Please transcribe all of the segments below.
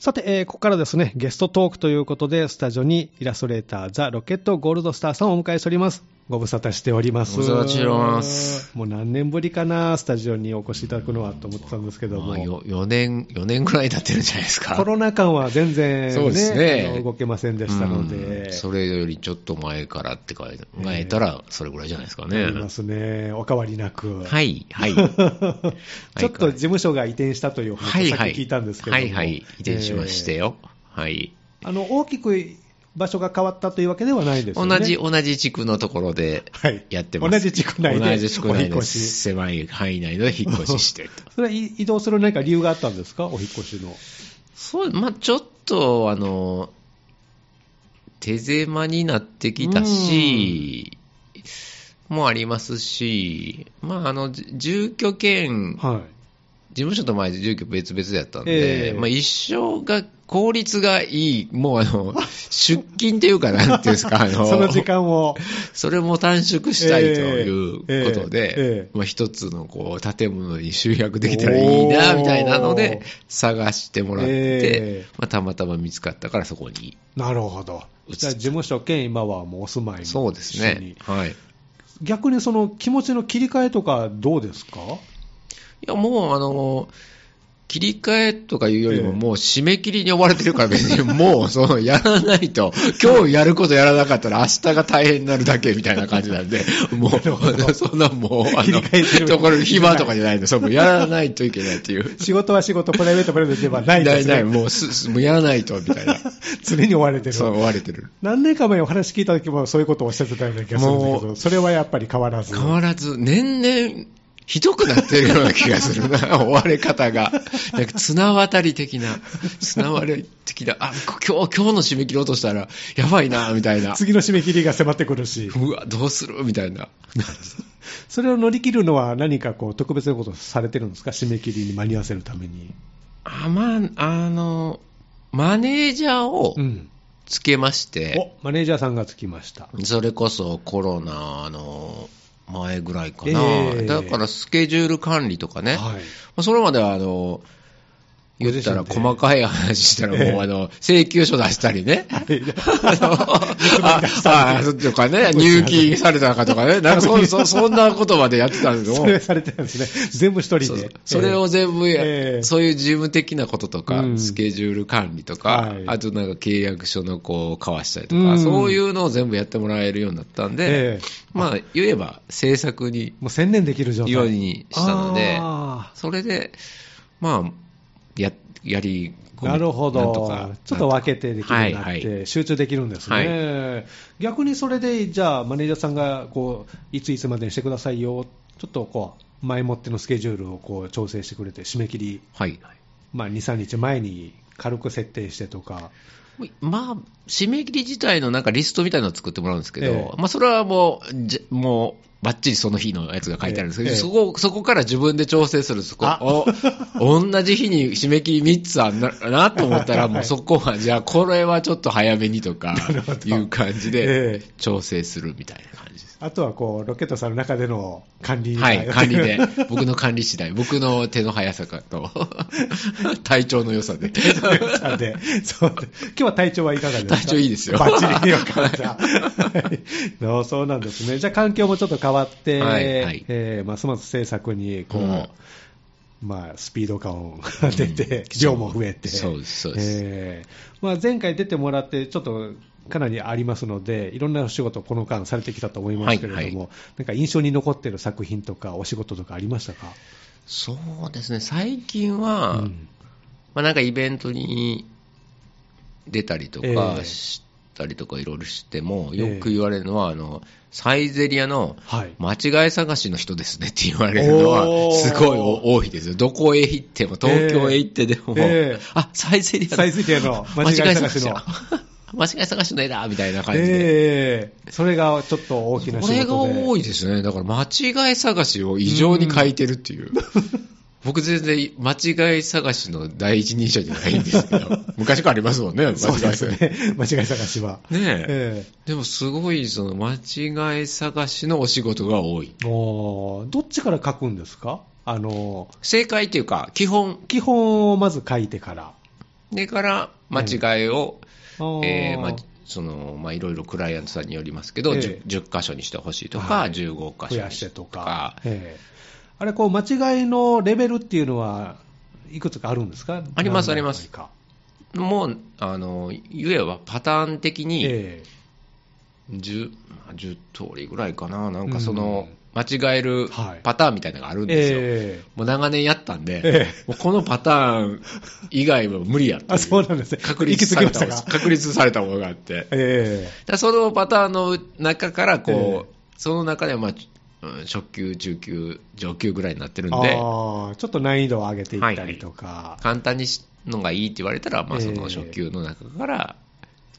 さて、えーここからですね、ゲストトークということで、スタジオにイラストレーター、ザ・ロケット・ゴールドスターさんをお迎えしております。ご無沙汰しております。ご無沙汰しております。もう何年ぶりかな、スタジオにお越しいただくのはと思ってたんですけどまもあ、。よ4年、4年ぐらい経ってるんじゃないですか。コロナ禍は全然、ね、そうですねあの動けませんでしたのうで。んそれよりちょっと前からって考えたら、それぐらいじゃないですかね。ありますね。お変わりなく。はい、はい。ちょっと事務所が移転したというおは話い、をさっはい。き聞いたんですけれどはも。い、はい。移転しましてえーよ。はい。あの、大きく場所が変わったというわけではないですよね。同じ、。同じ地区のところではいやってます。同じ地区内で同じ地区内お引っで越し狭い範囲内で引っ越ししてと。それはい移動する何か理由があったんですかお引っ越しの。そう、まあ、ちょっと、あの、手狭になってきたし、もありますし、まあ、あの、じ住居兼、事はい。務所と前住居別々やったんで、ええまあ、一生が、効率がいい、もうあの、出勤っていうかなんていうんですか、あの、 その時間を。それも短縮したいということで、ええええまあ、一つのこう建物に集約できたらいいなおーみたいなので、探してもらって、ええまあ、たまたま見つかったからそこに、なるほど。移っじゃあ事務所兼今はもうお住まいのそうです一緒ねに、はい、い逆にその気持ちの切り替えとかどうですかやもうあの切り替えとかいうよりええも、もう締め切りに追われてるから、別にもうそのやらない と、今日やることやらなかったら、明日が大変になるだけみたいな感じなん で、もう、そんなもう、あ切りの替えてる、ところ、暇とかじゃないんで、そうもうやらないといけないっていう。仕事は仕事、プライベートはプライベートではないなでいすなね。い、もうす、すもうやらないと、みた いな。常に追われてる。そう、追われてる。何年か前お話聞いた時もそういうことをおっしゃってたような気がするんだけもど、それはやっぱり変わらず。変わらず、年々、ひどくなってるような気がするな、 追われ方が。なんか、綱渡り的な、綱渡り的な、あ、今日、今日の締め切り落としたら、やばいな、みたいな。次の締め切りが迫ってくるし、うわ、どうするみたいな。それを乗り切るのは何かこう特別なことされてるんですか締め切りに間に合わせるために。あ、まあ、あの、マネージャーをうん。つけまして、お、マネージャーさんがつきました。それこそコロナの前ぐらいかな、ええだからスケジュール管理とかね、はい。まあそれまではあのご言自っ身でたら細かい話したら、もう、ええあの請求書出したり ね、あのまで出したああそうとかね、入金されたかとかね、なんかそそそんなことまでやってたんですそよれ。されてたんですね。全部一人で。そうそうそれを全部や、ええそういう事務的なこととか、うんスケジュール管理とか、はいあとなんか契約書のこう交わしたりとか、うんそういうのを全部やってもらえるようになったんで、ええまあ言えば制作にもう専念できる状態。ようにしたので、あーそれで、まあ、や、やり込み、なるほなんどとか、ちょっと分けてできるようになって、はいは集中できるんですね、逆にそれで、じゃあ、マネージャーさんがこういついつまでにしてくださいよ、ちょっとこう前もってのスケジュールをこう調整してくれて、締め切り、はい。まあ、2、3日前に軽く設定してとか、まあ、締め切り自体のなんかリストみたいなのを作ってもらうんですけど、ええまあ、それはもう、じもう、ばっちりその日のやつが書いてあるんですけど、ええそこ、そこから自分で調整するんです。こあお同じ日に締め切り3つあんな、なと思ったら、もうそこは、じゃあこれはちょっと早めにとか、いう感じえでえ、調整するみたいな感じです。あとはこうロケットさんの中での管理みは、たない管理で。僕の管理次第。僕の手の速さかと、体調の良さで。でそう今日は体調はいかがですか体調いいですよバッチリよかった。はいそうなんですね。じゃあ環境もちょっと変わって、はいはいえーますます制作にこう、うんまあ、スピード感を出て、量も増えて。そうです、そうです。えーまあ、前回出てもらって、ちょっとかなりありますので、いろんなお仕事、この間されてきたと思いますけれども、はいはいなんか印象に残っている作品とか、お仕事とかありましたか、そうですね、最近は、うんまあ、なんかイベントに出たりとえか、えしたりとかいろいろしても、ええよく言われるのは、あの、サイゼリアの、はい、間違い探しの人ですねって言われるのおは、ーすごい多いですよ。どこへ行っても、東京へ行ってでも、ええええあ、サイゼリアだサイゼリアの間間違違いい探探ししのの。。間違い探しの絵 だみたいな感じで。ええそれがちょっと大きな仕事こでれが多いですね。だから間違い探しを異常に書いてるって いう。僕全然間違い探しの第一人者じゃないんですけ ど、昔からありますもんね、間違いそうで探すし。ねね。間違い探しは。え。えでもすごい、その間違い探しのお仕事が多い。えおーどっちから書くんですかあの、正解っていうか、基本、基本をまず書いてから。でから、間違いを、あーえーまあ、その、まあ、いろいろクライアントさんによりますけど、ええ 10, 10箇所にしてほしいとか、はい15増箇所やにししててととかか、、ええあれこう、間違いのレベルっていうのは、いくつかあるんですかありま何す段あります階かもう、あの、いえばパターン的にえ10、まあ10通りぐらいかな、なんかその、間違えるはいパターンみたいなのがあるえんですよ。ええもう長年やったんで、えもうこのパターン以外は無理やっていうあそうなんですね確立され行きた過ぎましたか確立されたものがあって。えだからそのパターンの中からこう、ええその中では、まあちうん初級、中級、上級ぐらいになってるんあで、ーちょっと難易度を上げていったりとか、簡単にしのがいいって言われたら、まあ、そのええ初級の中から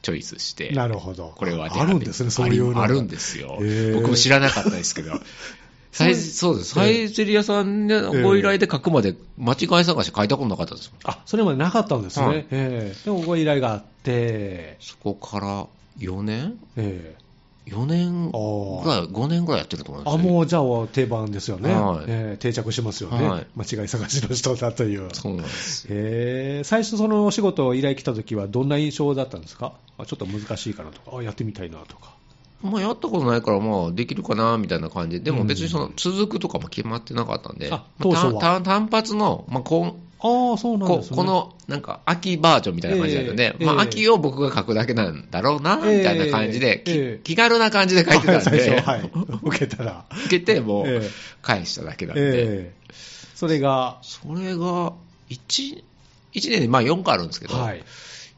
チョイスして、なるほど、これはああるんですね、そういうのがあるんですよ、ええ僕も知らなかったです けど。サイズそうです。サイゼリアさんのご依頼で書くまで間違い探し書いたことなかったですもん。あそれまでなかったんですね、はいええでもご依頼があって、そこから4年ええ ?4 年あーぐらい、5年ぐらいやってると思いますあよもうじゃあ定番ですよね、はいええ定着しますよね、はい間違い探しの人だという。そうなんですよ。へえ最初、そのお仕事を依頼来たときは、どんな印象だったんですかあちょっと難しいかなとか、あやってみたいなとか、まあ、やったことないから、まあ、できるかな、みたいな感じで。でうもん別にその、続くとかも決まってなかったんで。あま当初はたた単発の、まあ、こんああ、そうなんでこすね。この、なんか、秋バージョンみたいな感じだったんで、ええまええあ、秋を僕が書くだけなんだろうな、みたいな感じで、ええきええ気軽な感じで書いてたんはい 最で、初、はい、受けたら、受けて、もえうえ、返しただけなんで。ええそれが、それが、1、一年で、まあ、4個あるんですけど、はい、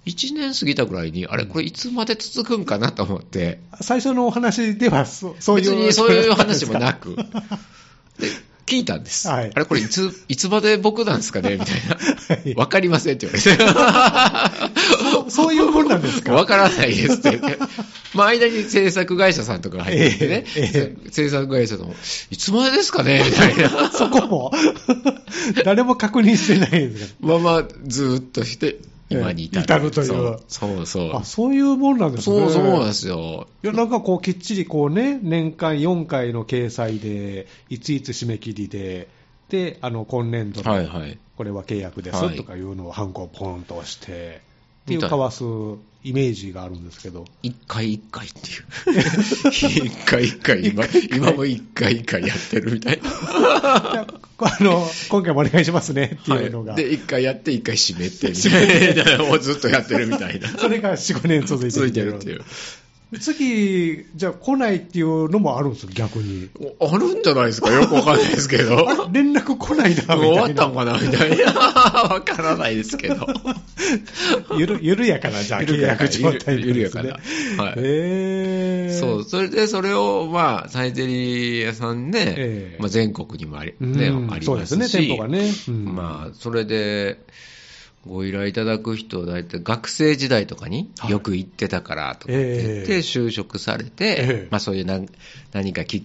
1年過ぎたぐらいに、あれ、これいつまで続くんかなと思って、最初のお話ではそ、そういう別にそういう話もなく、で聞いたんです、はいあれ、これいつ、いつまで僕なんですかねみたはいいな、わかりませんって言わ れそうそういうもんなんですて、か。 わからないです って言って、まあ、間に制作会社さんとかが入ってきてね、ええ制作会社さんも、いつまでですかねみた いな、そこも、誰も確認してないですかまあまあ、ずーっとして、今に至る,、ええ至るというそうそうそうら。あ、そういうもんなんですね。そうそうなんですよ。いやなんかこうきっちりこうね年間4回の掲載でいついつ締め切りでであの今年度はのいはい。これは契約です、はいとかいうのをハンコをポンと押してっていうみたいかわすイメージがあるんですけど一回一回っていう。一回一回、今、今も一回一回やってるみたいな。いやあの今回もお願いしますねっていうのが、はいで、一回やって、一回閉 めて、みたいな。をずっとやってるみたいな。それが4、5年続いて続いきてるっていう。次、じゃあ来ないっていうのもあるんですよ、逆に。おあるんじゃないですかよくわかんないですけど。 あれ連絡来ないなみたいな終わったんかなみたいな。 わからないですけど。ゆる緩やかな、 じゃあ、緩契やか約状態緩でやすかねな。はいえーそう、それで、それを、まあ、サイゼリ屋さんね、ええまあ、全国にもあり,、うんねありますし、そうですね、店舗がね。うんまあ、それで、ご依頼いただく人、大体学生時代とかにはいよく行ってたからとかって言っええて、就職されえてえ、まあそういう何何か企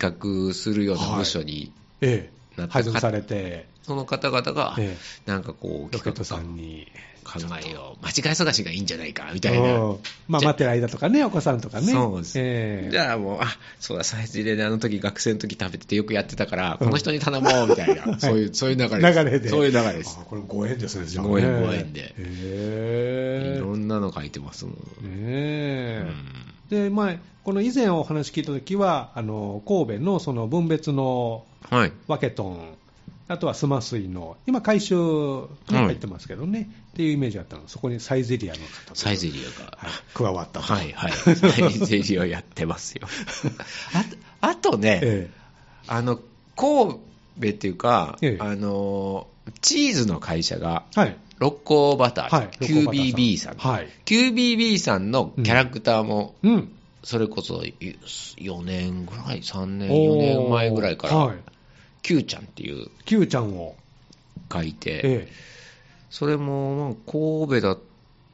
画するようなはい部署に、えなえっ、た配属されて、その方々がええ、なんかこう、ロケッ企ト画ささんに。考えよう、間違い探しがいいんじゃないか、みたいなうん。まあ、じゃ待ってる間とかね、お子さんとかね。そうですええじゃあもう、あ、そうだ、サイズ入れであの時学生の時食べててよくやってたから、この人に頼もう、みた いな、そういう、そういう流れです。流れで。そういう流れですあ。これご縁ですね、じゃあね。ご縁ご縁でいへろんなの書いてますもん。え。ねうんえ。で、前、この以前お話聞いたときは、あの、神戸のその分別のはい。ワケトン、あとはスマスイの、今、回収に入ってますけどね、っていうイメージだったの、そこにサイゼリアの方とサイゼリアが。はい、加わったと、はいはい。サイゼリアやってます よ。ああとね、えあの、神戸っていうか、ええあの、チーズの会社が、えはい、六甲バター、はい、 QBB さん。はい、 QBB さんのキャラクターも、うん、それこそ4年ぐらい、3年、4年前ぐらいから、おーはい、 Q ちゃんっていう Q ちゃんを、書いて、えそれも、まあ、神戸だ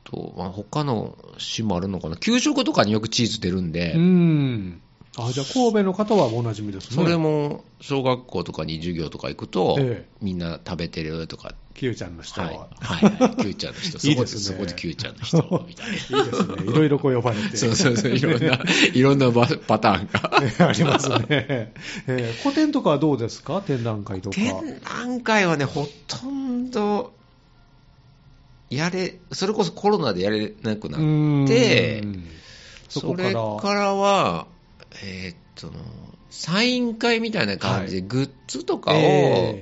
と、まあ、他の市もあるのかな、給食とかによくチーズ出るんえで、うん、あじゃあ、神戸の方はおなじみですね、それも小学校とかに授業とか行くと、ええみんな食べてるとか、 Q ちゃんの人はい、は、はい、はい、 キューちゃんの人、そいいこでですねそこでキューちゃんの人みたいな。 い、いですね、いろいろこう呼ばれて、 そうそうそう、いろんな、いろんなパパターン が。ねありますね、ええ古典とかはどうですか、展覧会とか。展覧会はね、ほとんど、やれ、それこそコロナでやれなくなっなてそそこかられからは、えーっと、サイン会みたいな感じで、グッズとかを、ええ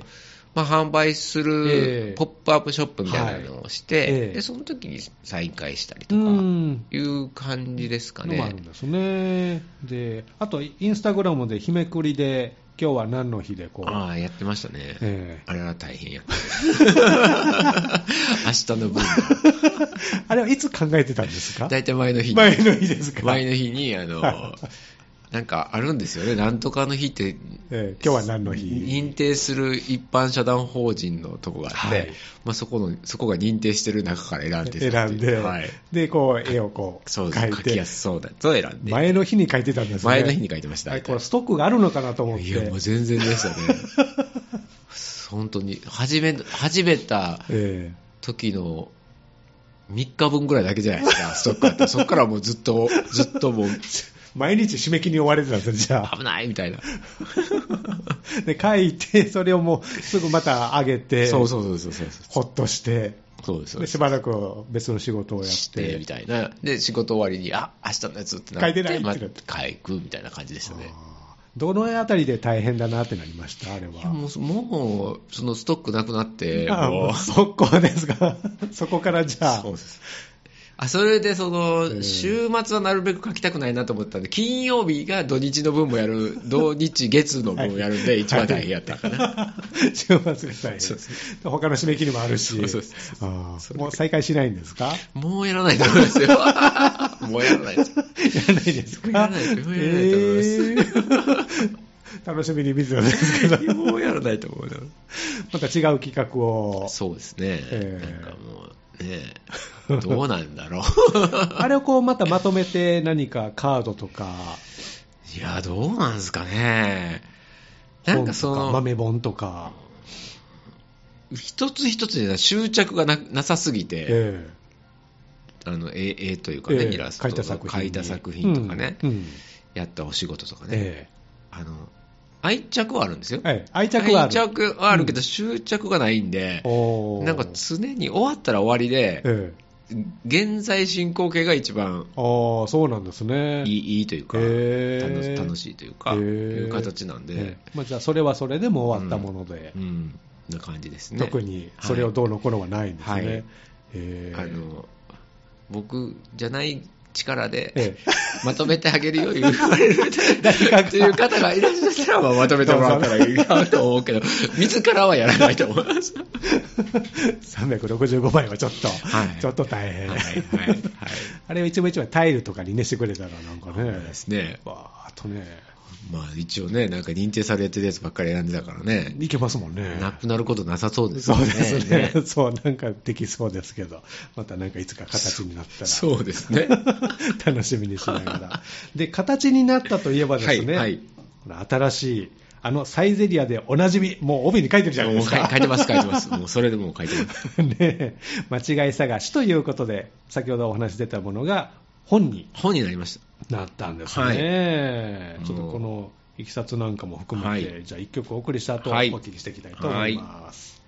まあ、販売すええるポップアップショップみたいなのをして、はいええでその時にサイン会したりうとかんいう感じですかのもあるねん。ですね。で、あと、インスタグラムで日めくりで、今日は何の日でこう、ああ、やってましたね。えあれは大変やった。 明日の分え あれはいつ考えてたんですかだいたい前の日に。前の日ですか前の日に、あの、なんかあるんですよね。なんとかの日って、ええ今日は何の日認定する一般社団法人のとこがあって、はいまあ、そこの、そこが認定してる中から選んでたっ選ていんうで、はい。で、こう、絵をこう、そうです。描い書きやて、すそうだと選んで。前の日に描いてたんですね。前の日に書いてました。はいこれストックがあるのかなと思って。いや、もう全然でし たね。本当に、始め、始めたえ時の3日分ぐらいだけじゃないですか、ストックあった。そっからもうずっと、ずっともう、え毎日締め切りに追われてたんですよ、じゃあ。危ないみたいな。 で、書いて、それをもうすぐまた上げて、そうそうそうそうそう。ほっとして、そうです。そうでですしばらく別の仕事をやし、っててみ。たいな。で、仕事終わりに、あ、明日のやつってなって。書いてないってなってまあ書くみたいな感じでしたね。あーどのあたりで大変だなってなりました、あれいやは。もう、もう、そのストックなくなって、あもうー、速攻ですか。 そこからじゃあそう。です。あ、それでそええの、週末はなるべく書きたくないなと思ったんで、金曜日が土日の分もやる、 土日月の分もやるんで、一番大変やったかな。 週末が大そ変うそ。他の締め切りもあるしそうそうそ。あーそれもう再開しないんですかもうやらないと思います よ。もうやらないです。やらないですかやらないやらないと思いますえ ー楽しみに見てたんですけど、もうやらないと思うな。また違う企画を。そうですね。ええなんかもう、ねえどうなんだろう。 あれをこうまたまとめて何かカードとか、いや、どうなんですかね。なん本かとそかの、豆本とか。一つ一つに執着がななさすぎて、ええあの絵絵というかね、ええイラスト描いた作品描にいた作品とかね、うんうんやったお仕事とかね、えあの愛着はあるんですよ、えはい愛着がある。愛着はあるけど、う執着がないんで、おーなんか常に終わったら終わりで、ええ現在進行形が一番ああ、そうなんですね。いいいいいというか、へえ楽し楽しいというか、へえいう形なんで、まあ、じゃあ、それはそれでも終わったものでう、ん、な感じですね。特にそれをどうのこうのはないんですね。はいへえあの僕じゃない力で、えまとめてあげるよ、言われる誰かがという方がいらっしゃったら、まあまとめてもらったらいいなと思うけど、自らはやらないと思います。 365枚はちょっと、はいちょっと大変。はいはいはいあれを一枚一枚タイルとかにねしてくれたら、なんかね、ですね。わーっとね、まあ一応ね、なんか認定されてるやつばっかり選んでたからね、いけますもんね。なくなることなさそうですそようね。ですね。そう、なんかできそうですけど、またなんかいつか形になったら。そうですね。楽しみにしながら。で、形になったといえばですね、はいはいこの新しい、あのサイゼリアでおなじみ、もう帯に書いてるじゃないもでうす書いか。書いてます、書いてます。もうそれでもう書いて ます。ねえ間違い探しということで、先ほどお話出たものが本に本になりました。なったんですね。はいちょっとこのいきさつなんかも含めて、はいじゃあ一曲お送りした後、はいお聞きしていきたいと思います。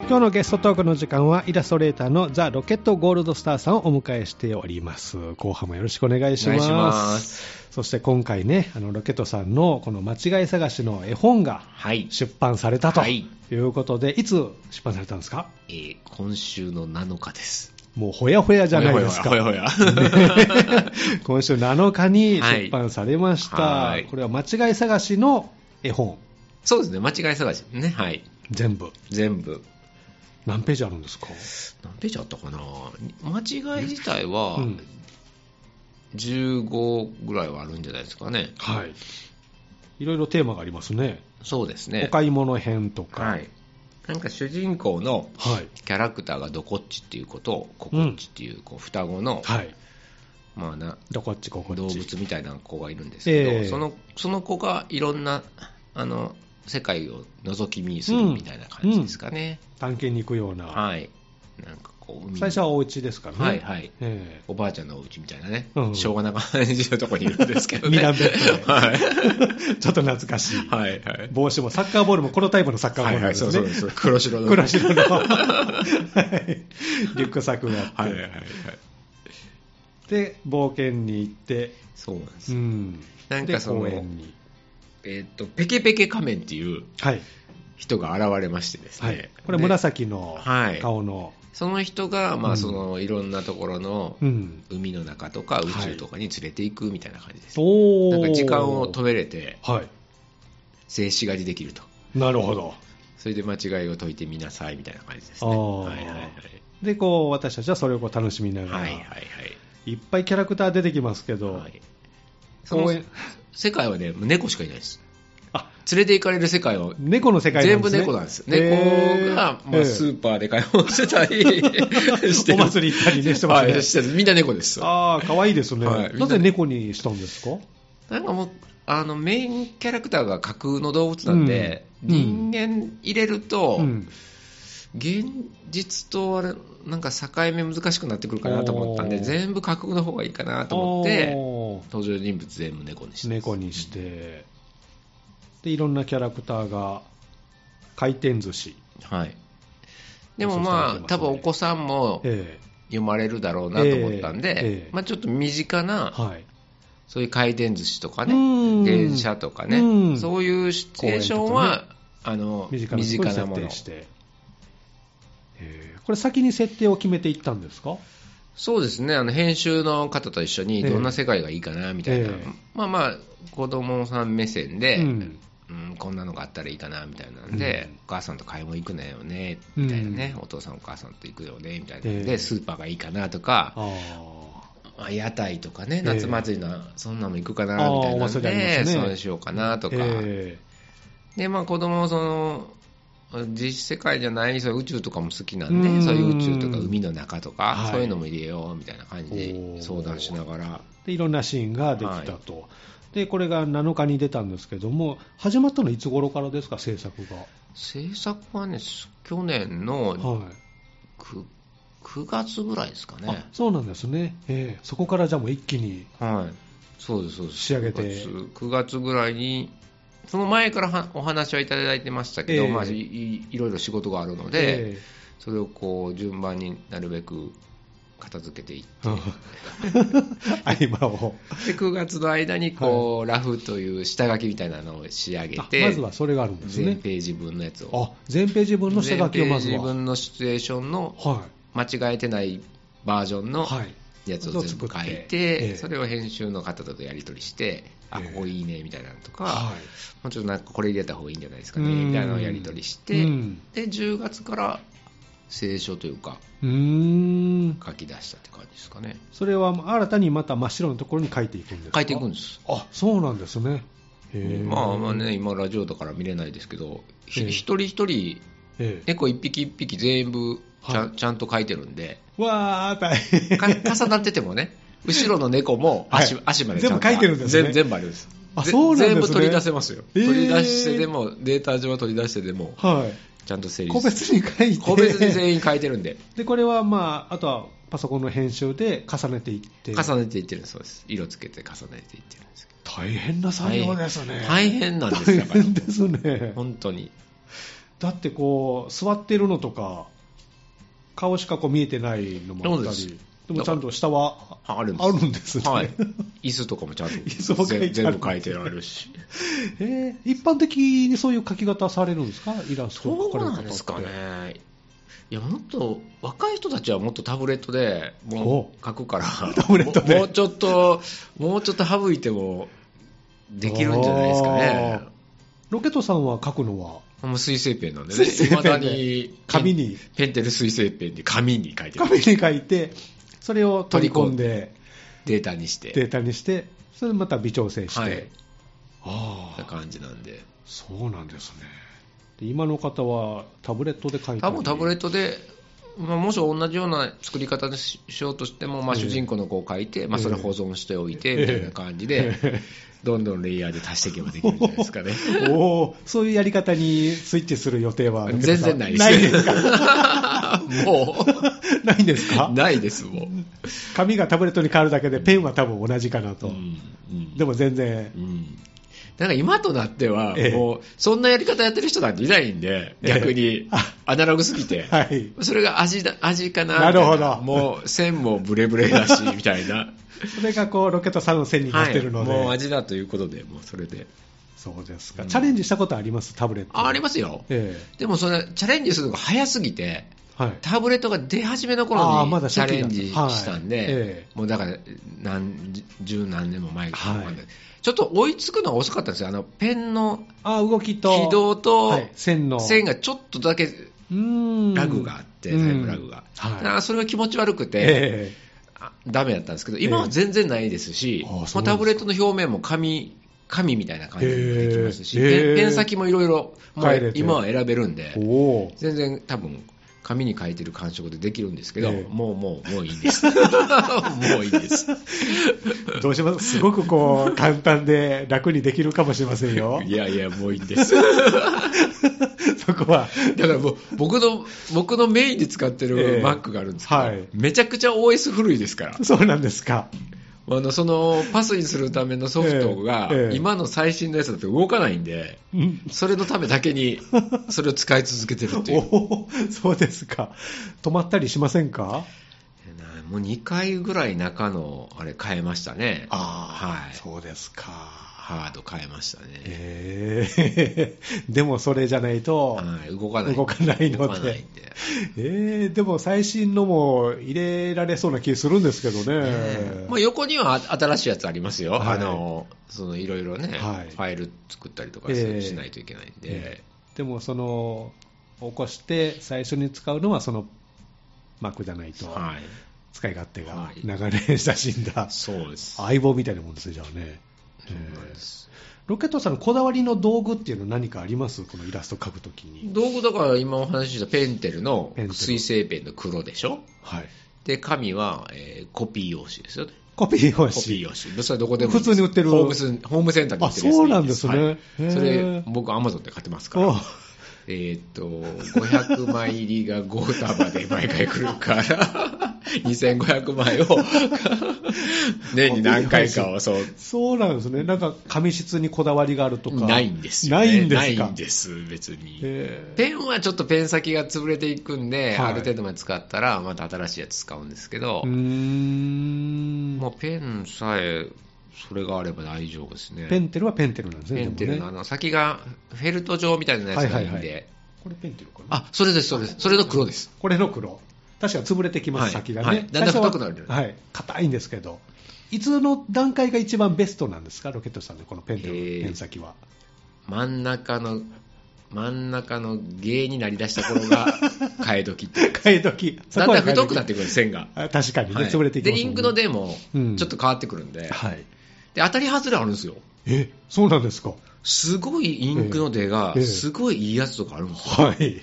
今日のゲストトークの時間はイラストレーターのザ・ロケット・ゴールドスターさんをお迎えしております。後半もよろしくお願いします。お願いしますそして今回ね、あのロケットさんのこの間違い探しの絵本がはい。出版されたとはいいうことで、い、つ出版されたんですかえー今週の7日です。もうほやほやじゃないですか。ほやほや。ほやほや今週7日に出版されました、はいはいこれは間違い探しの絵本 そうですね、間違い探しね。はい。全部全部。何ページあるんですか何ページあったかな間違い自体はうん15ぐらいはあるんじゃないですかね。はいいろいろテーマがありますねそうですね。お買い物編とかはい。なんか主人公のはいキャラクターがどこっちっていうことを、ここっちっていうこう双子の、はいまあな、どこっちここっち動物みたいな子がいるんですけど、ええそのその子がいろんなあの世界を覗き見するみたいな感じですかね。探検に行くような、はい。なんかこう海に最初はお家ですからね。はいはいえおばあちゃんのお家みたいなね、うん昭和な感じのとこにいるんですけえどね。ミラン はいベッドで。ちょっと懐かしい。はいはい。帽子もサッカーボールもこのタイプのサッカーボはールいなはんでい、すそうね。そうそう。黒白の。黒 白の、はいリュックサックがあって、はいはいはいはい。で冒険に行って、そうなんです。うん、なんかそので公園に、えっ、と、ペケペケ仮面っていうはい人が現れましてですね。はい、これで紫のはい顔の、その人が、うまあ、んその、いろんなところの、うん、海の中とか宇宙とかに連れていくみたいな感じです。おーなんか時間を止めれて、はい、静止画にできると。なるほど。それで間違いを解いてみなさいみたいな感じですね。あーはいはいはい。でこう私たちはそれをこう楽しみながら、はいはいいはいっぱいキャラクター出てきますけど、はい。その公園世界はね、猫しかいないです。あ連れて行かれる世界は猫の世界な全んで部すね猫なんです。へ猫ーが、まえあ、えスーパーで買い物してたりし てお祭り行ったりねしてますねはいしてるみんな猫です。ああ、可愛いですね、はいなぜ猫にしたんですかなんかもう、あの、メインキャラクターが架空の動物なんで、うん人間入れると、うん現実とあれ、なんか境目難しくなってくるかなと思ったんで、おー全部架空の方がいいかなと思って、おー登場人物全部猫にしてます。猫にして、でいろんなキャラクターが回転寿司、はい。でもそうまあ、してますね多分お子さんもえ読まれるだろうなと思ったんで、ええええまあちょっと身近えな、はい、そういう回転寿司とかうね、ん電車とかうね、んそういうシチュエーションは、あの、身身近なところに近なも設の定。して、えーこれ先に設定を決めていったんですかそうですね、あの、編集の方と一緒に、ええどんな世界がいいかな、みたいな。ええまあまあ、子供さん目線で、ううんんこんなのがあったらいいかな、みたいなんで、うんお母さんと買い物行くのよね、みたいなね、お父さんお母さんと行くよね、みたいなので、ええスーパーがいいかなとか、あまあ、屋台とかええね、夏祭りの、そんなの行くかなあーみたいおなん祭で、りありますねそうしようかなとーか、えでまあ、子供はその実世界じゃないそういう宇宙とかも好きなんうで、んそういう宇宙とか海の中とか、はいそういうのも入れようみたいな感じおーで相談しながら、ーでいろんなシーンができたと、でこれが7日に出たんですけども、始まったのいつ頃からですか、制作が。制作はね、去年のはい 9, 9月ぐらいですかねあ。そうなんですね、ええそこからじゃあもう一気に、はいそうですそうです仕上げて9月 ,9 月ぐらいにその前からはお話はいただいてましたけど、ええまあ、いいいろいろ仕事があるので、えそれをこう順番になるべく片付けていってえ合間をで9月の間にこう、ラフという下書きみたいなのを仕上げあてまずはそれがあるんです全ね。ページ分のやつをあ全ページ分の下書きをまず全ページは。分のシチュエーションのは間違えてないバージョンい。のはい。やつを全部書いて、ええそれを編集の方とやり取りして、あええここいいねみたいなのとか、はもうちょっとなんかこれ入れた方がいいんじゃないですい。かねみたいなのをやり取りして、うん。で10月から清書というかうーん書き出したって感じですかねそれは新たにまた真っ白のところに書いていくんですか書いていくんですあそうなんですね。へえまあまあ。ね今ラジオだから見れないですけど、ひええ一人一人ええ猫一匹一匹全部ちゃ,、はちゃんと書いてるんでわあ大変。か重なってても ね後ろの猫も足,、はい足までちゃ全と部書いてるんですね全全部あるんですあぜそうなんですね全部取り出せますよ、ええ取り出してでもデータ上は取り出してでもはちゃんと整い。理個別に書いて。個別に全員書いてるんででこれはまああとはパソコンの編集で重ねていって。重ねていってるんですそうです色つけて重ねていってるんですけ大変な作業ですね。ど大変なんです大だから変ですね。本当にだってこう座ってるのとか顔しかこう見えてないのもあったそうでりでもちゃんと下はあるんですあるんですね、はい、椅子とかもちゃん と椅子も書いてある全全部書いてあるし えー一般的にそういう書き方されるんですかイラストそを描かうれる方ってなんですかねいやもっと若い人たちはもっとタブレットでもう書くから タブレットでもうもうちょっともうちょっと省いてもできるんじゃないですかねロケットさんは書くのはもう水性ペンなんでね水性いペンまでだに紙にペンテル水性ペンで紙に書いてる紙に書いてそれを取り込んでデータにしてデータにしてそれでまた微調整して、はいあなあ感じなんでそうなんですねで今の方はタブレットで書いて多分タブレットトで、まあ、もし同じような作り方でししようとしても、まあ、ええ主人公の子を書いて、まあ、それを保存しておいて、ええみたいな感じ で、どんどんレイヤーで足していけばできるんじゃないですかね。おおそういうやり方にスイッチする予定は全然ない です。ないですかもう、ないんですか ないですもん、紙がタブレットに変わるだけで、ペンは多分同じかなと。うんうんでも全然う、んなんか今となっては、ええもう、そんなやり方やってる人なんていないんえで、え逆にあ、アナログすぎて。はい。それが味だ、味かな。なるほどみたいなもう、線もブレブレだし、みたいな。それがこう、ロケット3の 線になってるので。はいもう味だということで、もうそれで。そうですうか。んチャレンジしたことありますタブレット。あありまますよ。えでもそれ、チャレンジするのが早すぎて、えはい。タブレットが出始めのあ頃あまだにチャ初期レだンジしたんで、はいえもうだから何十、十何年も前かはいちょっと追いつくのは遅かったんですよ、あのペンのあ動きと、軌道とはい、線の、線がちょっとだけララグがあって、タイムラグが、だからはい。それが気持ち悪くて、えあダメだったんですけど、今は全然ないですし、ええああそうなんですもうタブレットの表面も紙、紙みたいな感じでできますし、へえペンペン先もいろいろ、も変えれうて今は選べるんで。えおー全然多分紙に書いてる感触でできるんですけど、ええもうもうもういいで すもういいですどうしますすごくこう、簡単で楽にできるかもしれませんよい。やいやもういいですそこは。だからもう僕の僕のメインで使ってえるえ Mac があるんですけど、はいめちゃくちゃ OS 古いですから そうなんですか。あのそのパスにするためのソフトがええええ今の最新のやつだと動かないんでうんそれのためだ けにそれを使い続けてるっていうおーそうですか。止まったりしませんかもう2回ぐらい中のあれ変えましたねあーはいそうですか。ハード変えましたね、ええ でもそれじゃないと、はい、動かない。動かないので動かないんで。ええでも最新のも入れられそうな気するんですけどね。まあ、横には新しいやつありますよ。はいあの、そのいろいろね、はいファイル作ったりとかし,、ええないといけないんえで。でもその、起こして最初に使うのはその Mac じゃないと、はい。使い勝手がはい長年親しんだそうです。相棒みたいなもんですね、じゃあね。えそうなんでえすロケットさんのこだわりの道具っていうのは何かありますこのイラスト描くときに。道具だから今お話ししたペンテルのペンテル水性ペンの黒でしょはい。で、紙は、えーコピー用紙ですよね。コピー用コピー紙。用紙。それはどこでもいいです普通に売ってるホームセンホームセンターに売ってるやつあそうなんですねはいへーそれ、僕アマゾンで買ってますから。おえーっと、500枚入りが5束で毎回来るから、2500枚 を年に何回かをそう。そうなんですね。なんか紙質にこだわりがあるとか。ないんですよ、なね。いんですか。ないんです、別に。えペンはちょっとペン先が潰れていくんで、はいある程度まで使ったら、また新しいやつ使うんですけえど、うーんもうペンさえ、それがあれば大丈夫ですね。ペンテルはペンテルなんですね。ペンテルでのもあねの先がフェルト状みたいなやつがいいんで、はいはいはこれペンテルかな。あ、それです、それです。それの黒です。これの黒。確かに潰れてきます、はい先がね、はいだんだん最初は太くなるよねはい。硬いんですけど。いつの段階が一番ベストなんですかロケットさんのこのペンテルのペン先は。真ん中の、真ん中の芸になりだした頃 が替え時っていう。替え時。だんだん太くなっっててくる、線が。確かにね、はい潰れていきで、ますイもんねンクの出もうんちょっと変わってくるんで、はい。で当たり外れあるんですよ。え、そうなんですか。すごいインクの出がえ、えすごいいいやつとかあるんですよ。はい。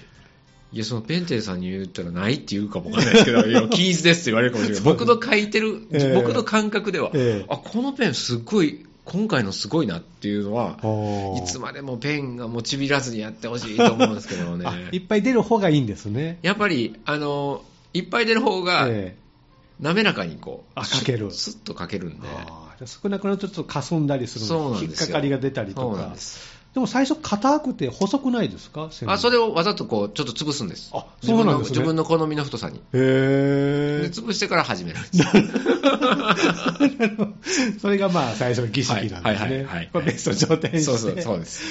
いや、そのペンテルさんに言ったらないって言うかもわかんな いですけど、いや、キーズですって言われるかもしれない。そう僕の書いてる、ええ僕の感覚では、ええあ、このペンすごい、今回のすごいなっていうのは、いつもまでもペンがもうちびらずにやってほしいと思うんですけどあいね。っぱい出る方がいいんですね。やっぱり、あの、いっぱい出る方が、ええ滑らかにこう、あ書けるスッスッと書けるんで。あーじゃあ少なくなるとちょっとかすんだりするそうなん引でっすよ。かかりが出たりとそうなんかで。す。でも最初硬くて細くないですかあ、それへをわざとこう、ちょっと潰すんです。あそうなんですね自分の自分の好みの太さに。で、 え。潰してから始めるんです。それがまあ最初の儀式なんですはいはいねはいはい。これベスト状態にして。そうそう、そうです。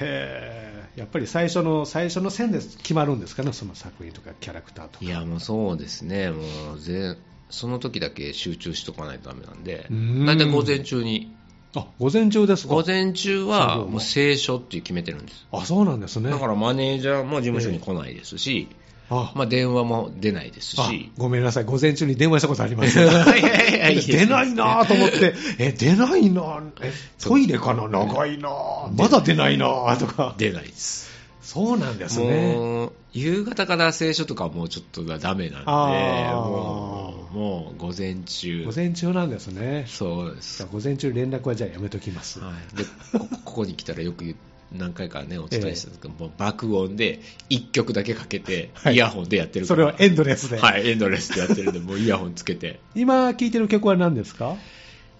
へえ。やっぱり最初の、最初の線で決まるんですかね、その作品とかキャラクターとか。いや、もうそうですね。もう、ぜその時だけ集中しとかないとダメなんでう、ーんだいたい午前中に。あ、午前中ですか午前中作業は、はもう聖書っていう決めてるんです。あ、そうなんですね。だからマネージャーも事務所に来ないですし、あ、まあ、電話も出ないですあし、ごめんなさい、午前中に電話したことありますいやいやいや出ないなと思 って、え、出ないなえ、トイレかな、長いなまだ出ないなとか、出ないです。そうなんですね。もう、夕方から聖書とかもうちょっとダメなんで、あーもう、もう午前中午。前中なんですね。そうでじゃすあ。午前中連絡はじゃあやめときます。 はい、でここここに来たらよく言何回かね、お伝えしたんですけど、もう爆音で1曲だけかけて、はいイヤホンでやってるそかれら。はエンドレスで。はい、エンドレスでやってるんで、もうイヤホンつけて。今聴いてる曲は何ですか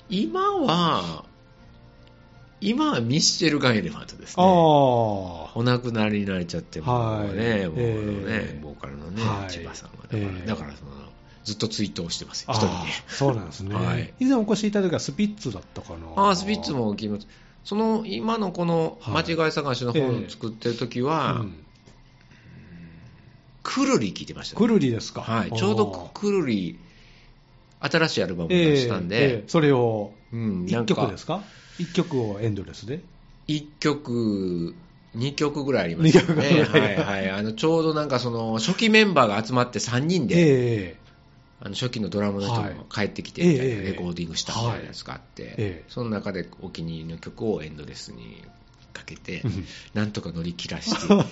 今は、今はミッシェル・ガン・エレファントですあね。あ。お亡くなりになれちゃって、もうはいね、もうね、えーボーカルのね、はい千葉さんが。だから、えーだからそのずっと追悼してますよ、あ一人で。ーそうなんですね、はい以前お越しいただいた時はスピッツだったかな。ああ、スピッツ。も気持ち。その、今のこの、はい間違い探しの本を作ってる時うは、ん、くるり聞いてましたねくるりですか。はい、ちょうどあーくるり、新しいアルバムを出したええんえでえ、それを、うんな1んか曲ですか ?1 曲をエンドレスで。 1曲、2曲ぐらいありましたね。二曲ぐらはいはい。あの、ちょうどなんかその、初期メンバーが集まって3人えで、えあの初期のドラムの人はいも帰ってきてみたいえなえレコーディングしたみたいなやつがあって、はいええその中でお気に入りの曲をエンドレスにかけてうん、なんとか乗り切らしてもら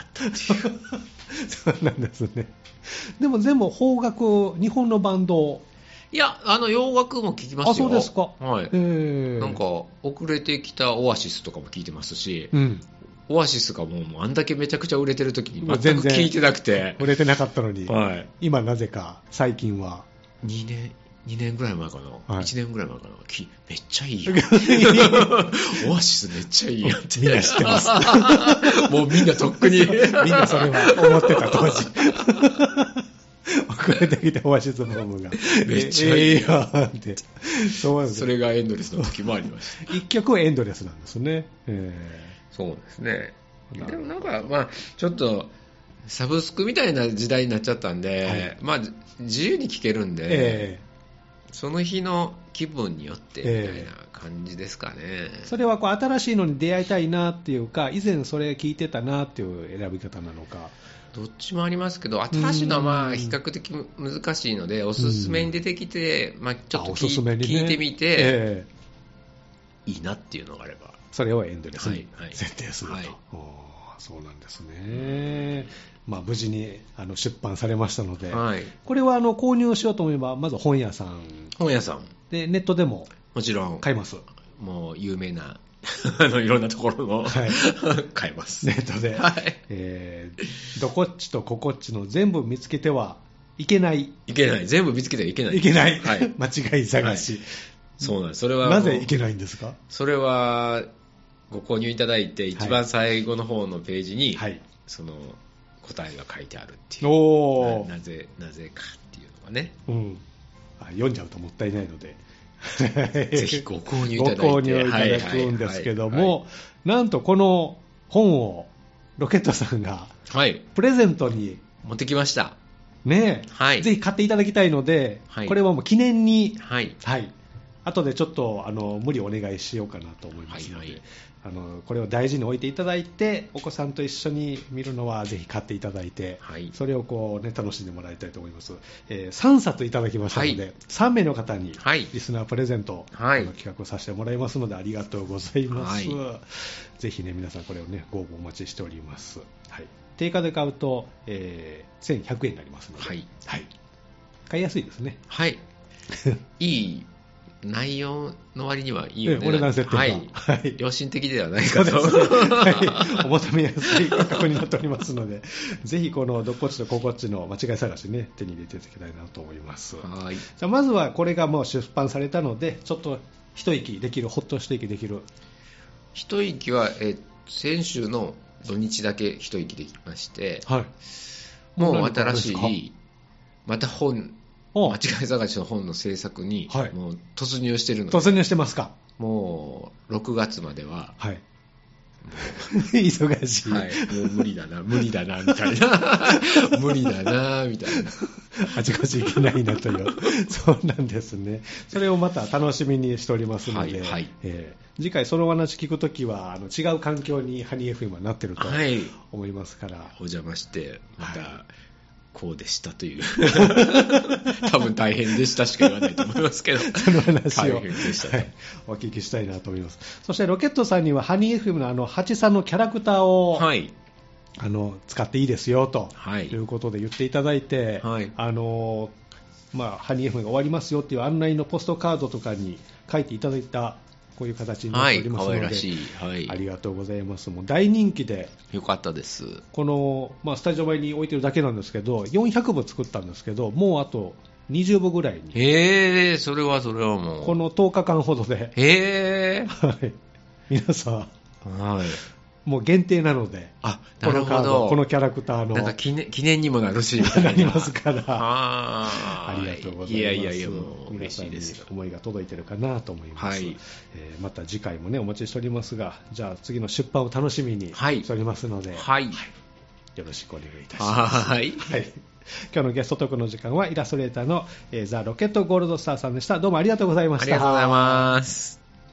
っ たっていう。そうなんですね。でも全部邦楽、日本のバンド。いや、あの、洋楽も聴きますよ。あ、そうですか。はい。ええなんか、遅れてきたオアシスとかも聞いてますし、うん。オアシスがもうもうあんだけめちゃくちゃ売れてる時にもう全全く然聞いてなくて、売れてなかったのに、はい、今なぜか、最近は。 2年、2年ぐらい前かな、はい1年ぐらい前かな、きめっちゃいいよ。 オアシスめっちゃいいよって。みんな知ってます もうみんなとっくに。みんなそれは思ってた当時。遅れてきたオアシスブームが。めっちゃいいええやんって。そうなんですそね。れがエンドレスの時もありました。一曲はエンドレスなんですね。えそうですね。なるほどでもなんか、まあ、ちょっと、サブスクみたいな時代になっちゃったんで、はいまあ、じ自由に聴けるんで、ええその日の気分によってみたいええな感じですかね。えそれはこう新しいのに出会いたいなっていうか、以前それ聞いてたなっていう選び方なのか。どっちもありますけど、新しいのはまあ比較的難しいので、おすすめに出てきて、まあ、ちょっあとおすすめ聞,、にねいてみて、ええいいなっていうのがあれば。それをエンドレスはにいはい設定すると、はいおーそうなんですね、まあ、無事にあの出版されましたので、はい。これはあの購入しようと思えば、まず本屋さん本屋さん、で、ネットでももちろん、買います、もう有名な、 あの、いろんなところの、はい 買います。ネットで、はい。えーどこっちとここっちの全部見つけてはいけない、いけない。全部見つけてはいけない。いけない、はい。間違い探し、そうなんです。それは、なぜいけないないんですか、それは、ご購入いただいて、一番最後の方のページに、はい、その、答えが書いてあるっていう。おーななぜなぜかっていうのがね、うん、あ読んじゃうともったいないので、 ぜひご購入いごただいて、購入いただくんですけども、なんとこの本をロケットさんがはい、はいはいはいプレゼントに、持ってきました、ねはいぜひ買っていただきたいので、はいこれはもう記念に、はい、はい、後でちょっとあの無理お願いしようかなと思いますので、はいはいあのこれを大事に置いていただいて、お子さんと一緒に見るのはぜひ買っていただいて、はいそれをこう、ね、楽しんでもらいたいと思います、え3冊いただきましたので、はい3名の方にはいリスナープレゼント、はいこの企画をさせてもらいますのでありがとうございます、はぜひね皆さんこれをねご応募お待ちしております、はい、定価で買うと、えー1100円になりますので、はいはい、買いやすいですね はい、いい内容の割にはいいええよね、お値段設定がはい、はい良心的ではないそうかですと、 はい、お求めやすい価格になっておりますの で、ぜひこのどっこっちとここっちの間違い探しね、手に入れていただきたいなと思います。はい、じゃあまずはこれがもう出版されたので、ちょっと一息できる、ほっと一息できる。一息は、え先週の土日だけ一息できまして、はい。も何うかあるん新ですしかい、また本、お間違い探しの本の制作に、はいもう突入してるので突入してますかもう6月までは、はい。 忙しい。はい、もう無理だな、無 理だな、みた いな、無理だな、みたいな、あちこち行けないなと いう、そうなんですね、それをまた楽しみにしておりますので、はいはいえー次回、そのお話聞くときはあの、違う環境にハニー FM はなってるとはい、思いますから、お邪魔して、まはいた、こうでしたという、 多分大変でしたしか言わないと思いますけ ど、その話を、大変でしたとはいお聞きしたいなと思います。そしてロケットさんには、ハニー FM のあのハチさんのキャラクターを、はい、あの使っていいですよと,、はいい、うことで言っていただいて、はいあのまあ、ハニー FM が終わりますよっていう案内のポストカードとかに書いていただいたこういう形になっはておい、ります可ので、愛らしい。はありい。がとうございます。もう大人気で、よかったです。この、まあ、スタジオ前に置いてるだけなんですけど、400部作ったんですけど、もうあと20部ぐらいに、えー、それはそれはもう。この10日間ほどで、えー。はい皆さはい。ん、もう限定なので、あ、なこるのカほード、ど。このキャラクターの、なんか記念記念にもなる し、なりますから。ああーりがとうございます。いやいやいや、もう嬉しい皆ですよさんに。思いが届いてるかなと思います。はいえーまた次回もね、お待ちしておりますが、じゃあ次の出版を楽しみにはいしておりますので、はい。よろしくお願いいたします。はい。はい。 今日のゲストトークの時間は、イラストレーターの、えーザ・ロケット・ゴールドスターさんでした。どうもありがとうございまあしりた。がとうございます。